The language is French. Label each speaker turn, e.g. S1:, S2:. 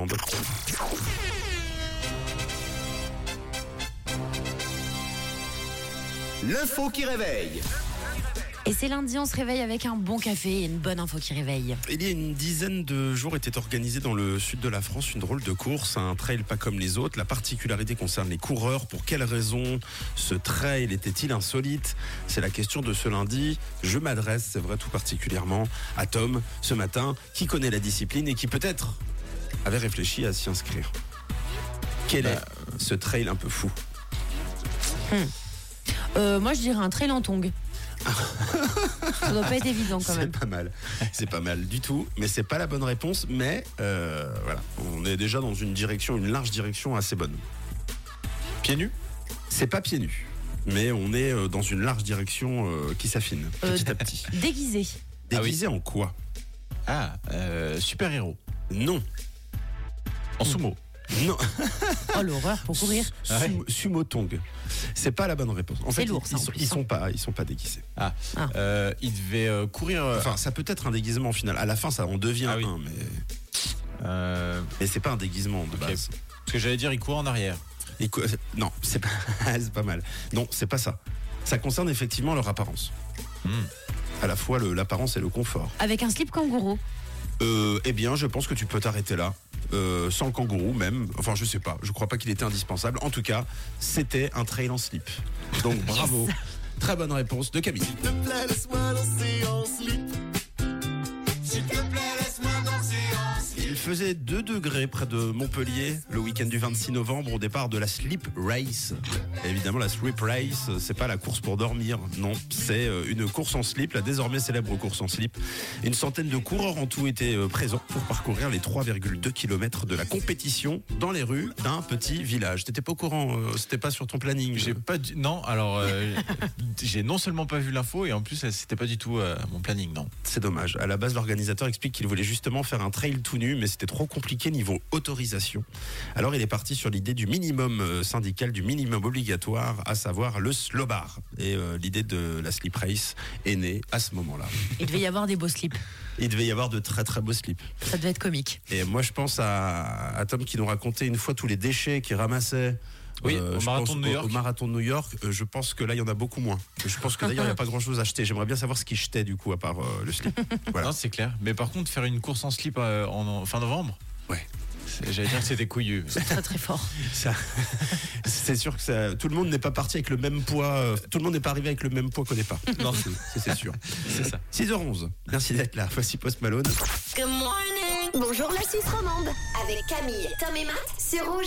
S1: monde.
S2: L'info qui réveille.
S3: Et c'est lundi, on se réveille avec un bon café et une bonne info qui réveille.
S1: Il y a une dizaine de jours était organisée dans le sud de la France une drôle de course, un trail pas comme les autres. La particularité concerne les coureurs. Pour quelles raisons ce trail était-il insolite C'est la question de ce lundi. Je m'adresse, c'est vrai tout particulièrement, à Tom ce matin, qui connaît la discipline et qui peut-être avait réfléchi à s'y inscrire. Quel est ce trail un peu fou
S3: Euh, moi, je dirais un trail en tongue. Ça doit pas être évident quand
S1: C'est
S3: même.
S1: pas mal. C'est pas mal du tout, mais c'est pas la bonne réponse. Mais euh, voilà, on est déjà dans une direction, une large direction assez bonne.
S4: Pieds nus
S1: C'est pas pieds nus, mais on est euh, dans une large direction euh, qui s'affine
S3: Euh,
S1: petit à petit.
S3: Déguisé.
S4: Ah oui.
S1: Déguisé en quoi
S4: Ah, euh, super-héros.
S1: Non,
S4: En sumo.
S1: non.
S3: Oh l'horreur pour courir.
S4: Ah ouais.
S1: Sumo- Sumotong. C'est pas la bonne réponse. En
S3: C'est
S1: fait,
S3: lourd,
S1: ils,
S3: ça,
S1: ils
S3: en
S1: sont,
S3: plus,
S1: ils
S3: hein.
S1: sont pas, ils sont pas déguisés.
S4: Ah,
S3: Ah.
S4: euh, il devait euh, courir. euh,
S1: Enfin, ça peut être un déguisement au final. À la fin, ça en devient
S4: Ah oui.
S1: un, mais,
S4: euh,
S1: mais c'est pas un déguisement de
S4: Ok.
S1: base.
S4: parce que j'allais dire, il court en arrière.
S1: Et quoi- euh, non, c'est pas, c'est pas mal. Non, c'est pas ça. Ça concerne effectivement leur apparence.
S4: Hmm.
S1: À la fois le- l'apparence et le confort.
S3: Avec un slip kangourou.
S1: Euh, eh bien, je pense que tu peux t'arrêter là. Euh, sans le kangourou même. Enfin, je sais pas. Je crois pas qu'il était indispensable. En tout cas, c'était un trail en slip. Donc, bravo. Très bonne réponse de Camille.
S5: S'il te plaît, laisse-moi danser en slip. S'il te plaît, laisse-moi danser en slip.
S1: Il faisait 2 degrés près de Montpellier le week-end du 26 novembre au départ de la Sleep Race. Et évidemment, la Sleep Race, euh, c'est pas la course pour dormir, non, c'est euh, une course en slip, la désormais célèbre course en slip. Une centaine de coureurs en tout étaient euh, présents pour parcourir les 3,2 km de la compétition dans les rues d'un petit village. T'étais pas au courant, euh, c'était pas sur ton planning.
S4: J'ai pas du... Non, alors, euh, j'ai non seulement pas vu l'info, et en plus, euh, c'était pas du tout euh, mon planning, non.
S1: C'est dommage. À la base, l'organisateur explique qu'il voulait justement faire un trail tout nu, mais c'était trop compliqué niveau autorisation. Alors, il est parti sur l'idée du minimum euh, syndical, du minimum obligatoire, à savoir le slobar. Et euh, l'idée de la slip race est née à ce moment-là.
S3: Il devait y avoir des beaux slips.
S1: Il devait y avoir de très très beaux slips.
S3: Ça devait être comique.
S1: Et moi, je pense à, à Tom qui nous racontait une fois tous les déchets qu'il ramassait. euh,
S4: Oui, au
S1: je
S4: marathon
S1: pense
S4: de New
S1: au-
S4: York.
S1: Au marathon de New York, Euh, je pense que là, il y en a beaucoup moins. Je pense que d'ailleurs, il n'y a pas grand-chose à acheter. J'aimerais bien savoir ce qu'il jetait du coup, à part euh, le slip. Voilà.
S4: Non, c'est clair. Mais par contre, faire une course en slip euh, en, en- fin novembre
S1: Ouais.
S4: c'est- J'allais dire que c'était couillu.
S3: Très très fort.
S1: Ça, c'est sûr que ça, tout le monde n'est pas parti avec le même poids, euh, tout le monde n'est pas arrivé avec le même poids qu'on n'est pas. Non, c'est c'est sûr.
S4: c'est ça.
S1: 6h11, merci d'être là. Voici Post Malone.
S6: Bonjour la Suisse romande avec Camille, Tom et Matt, c'est Rouge.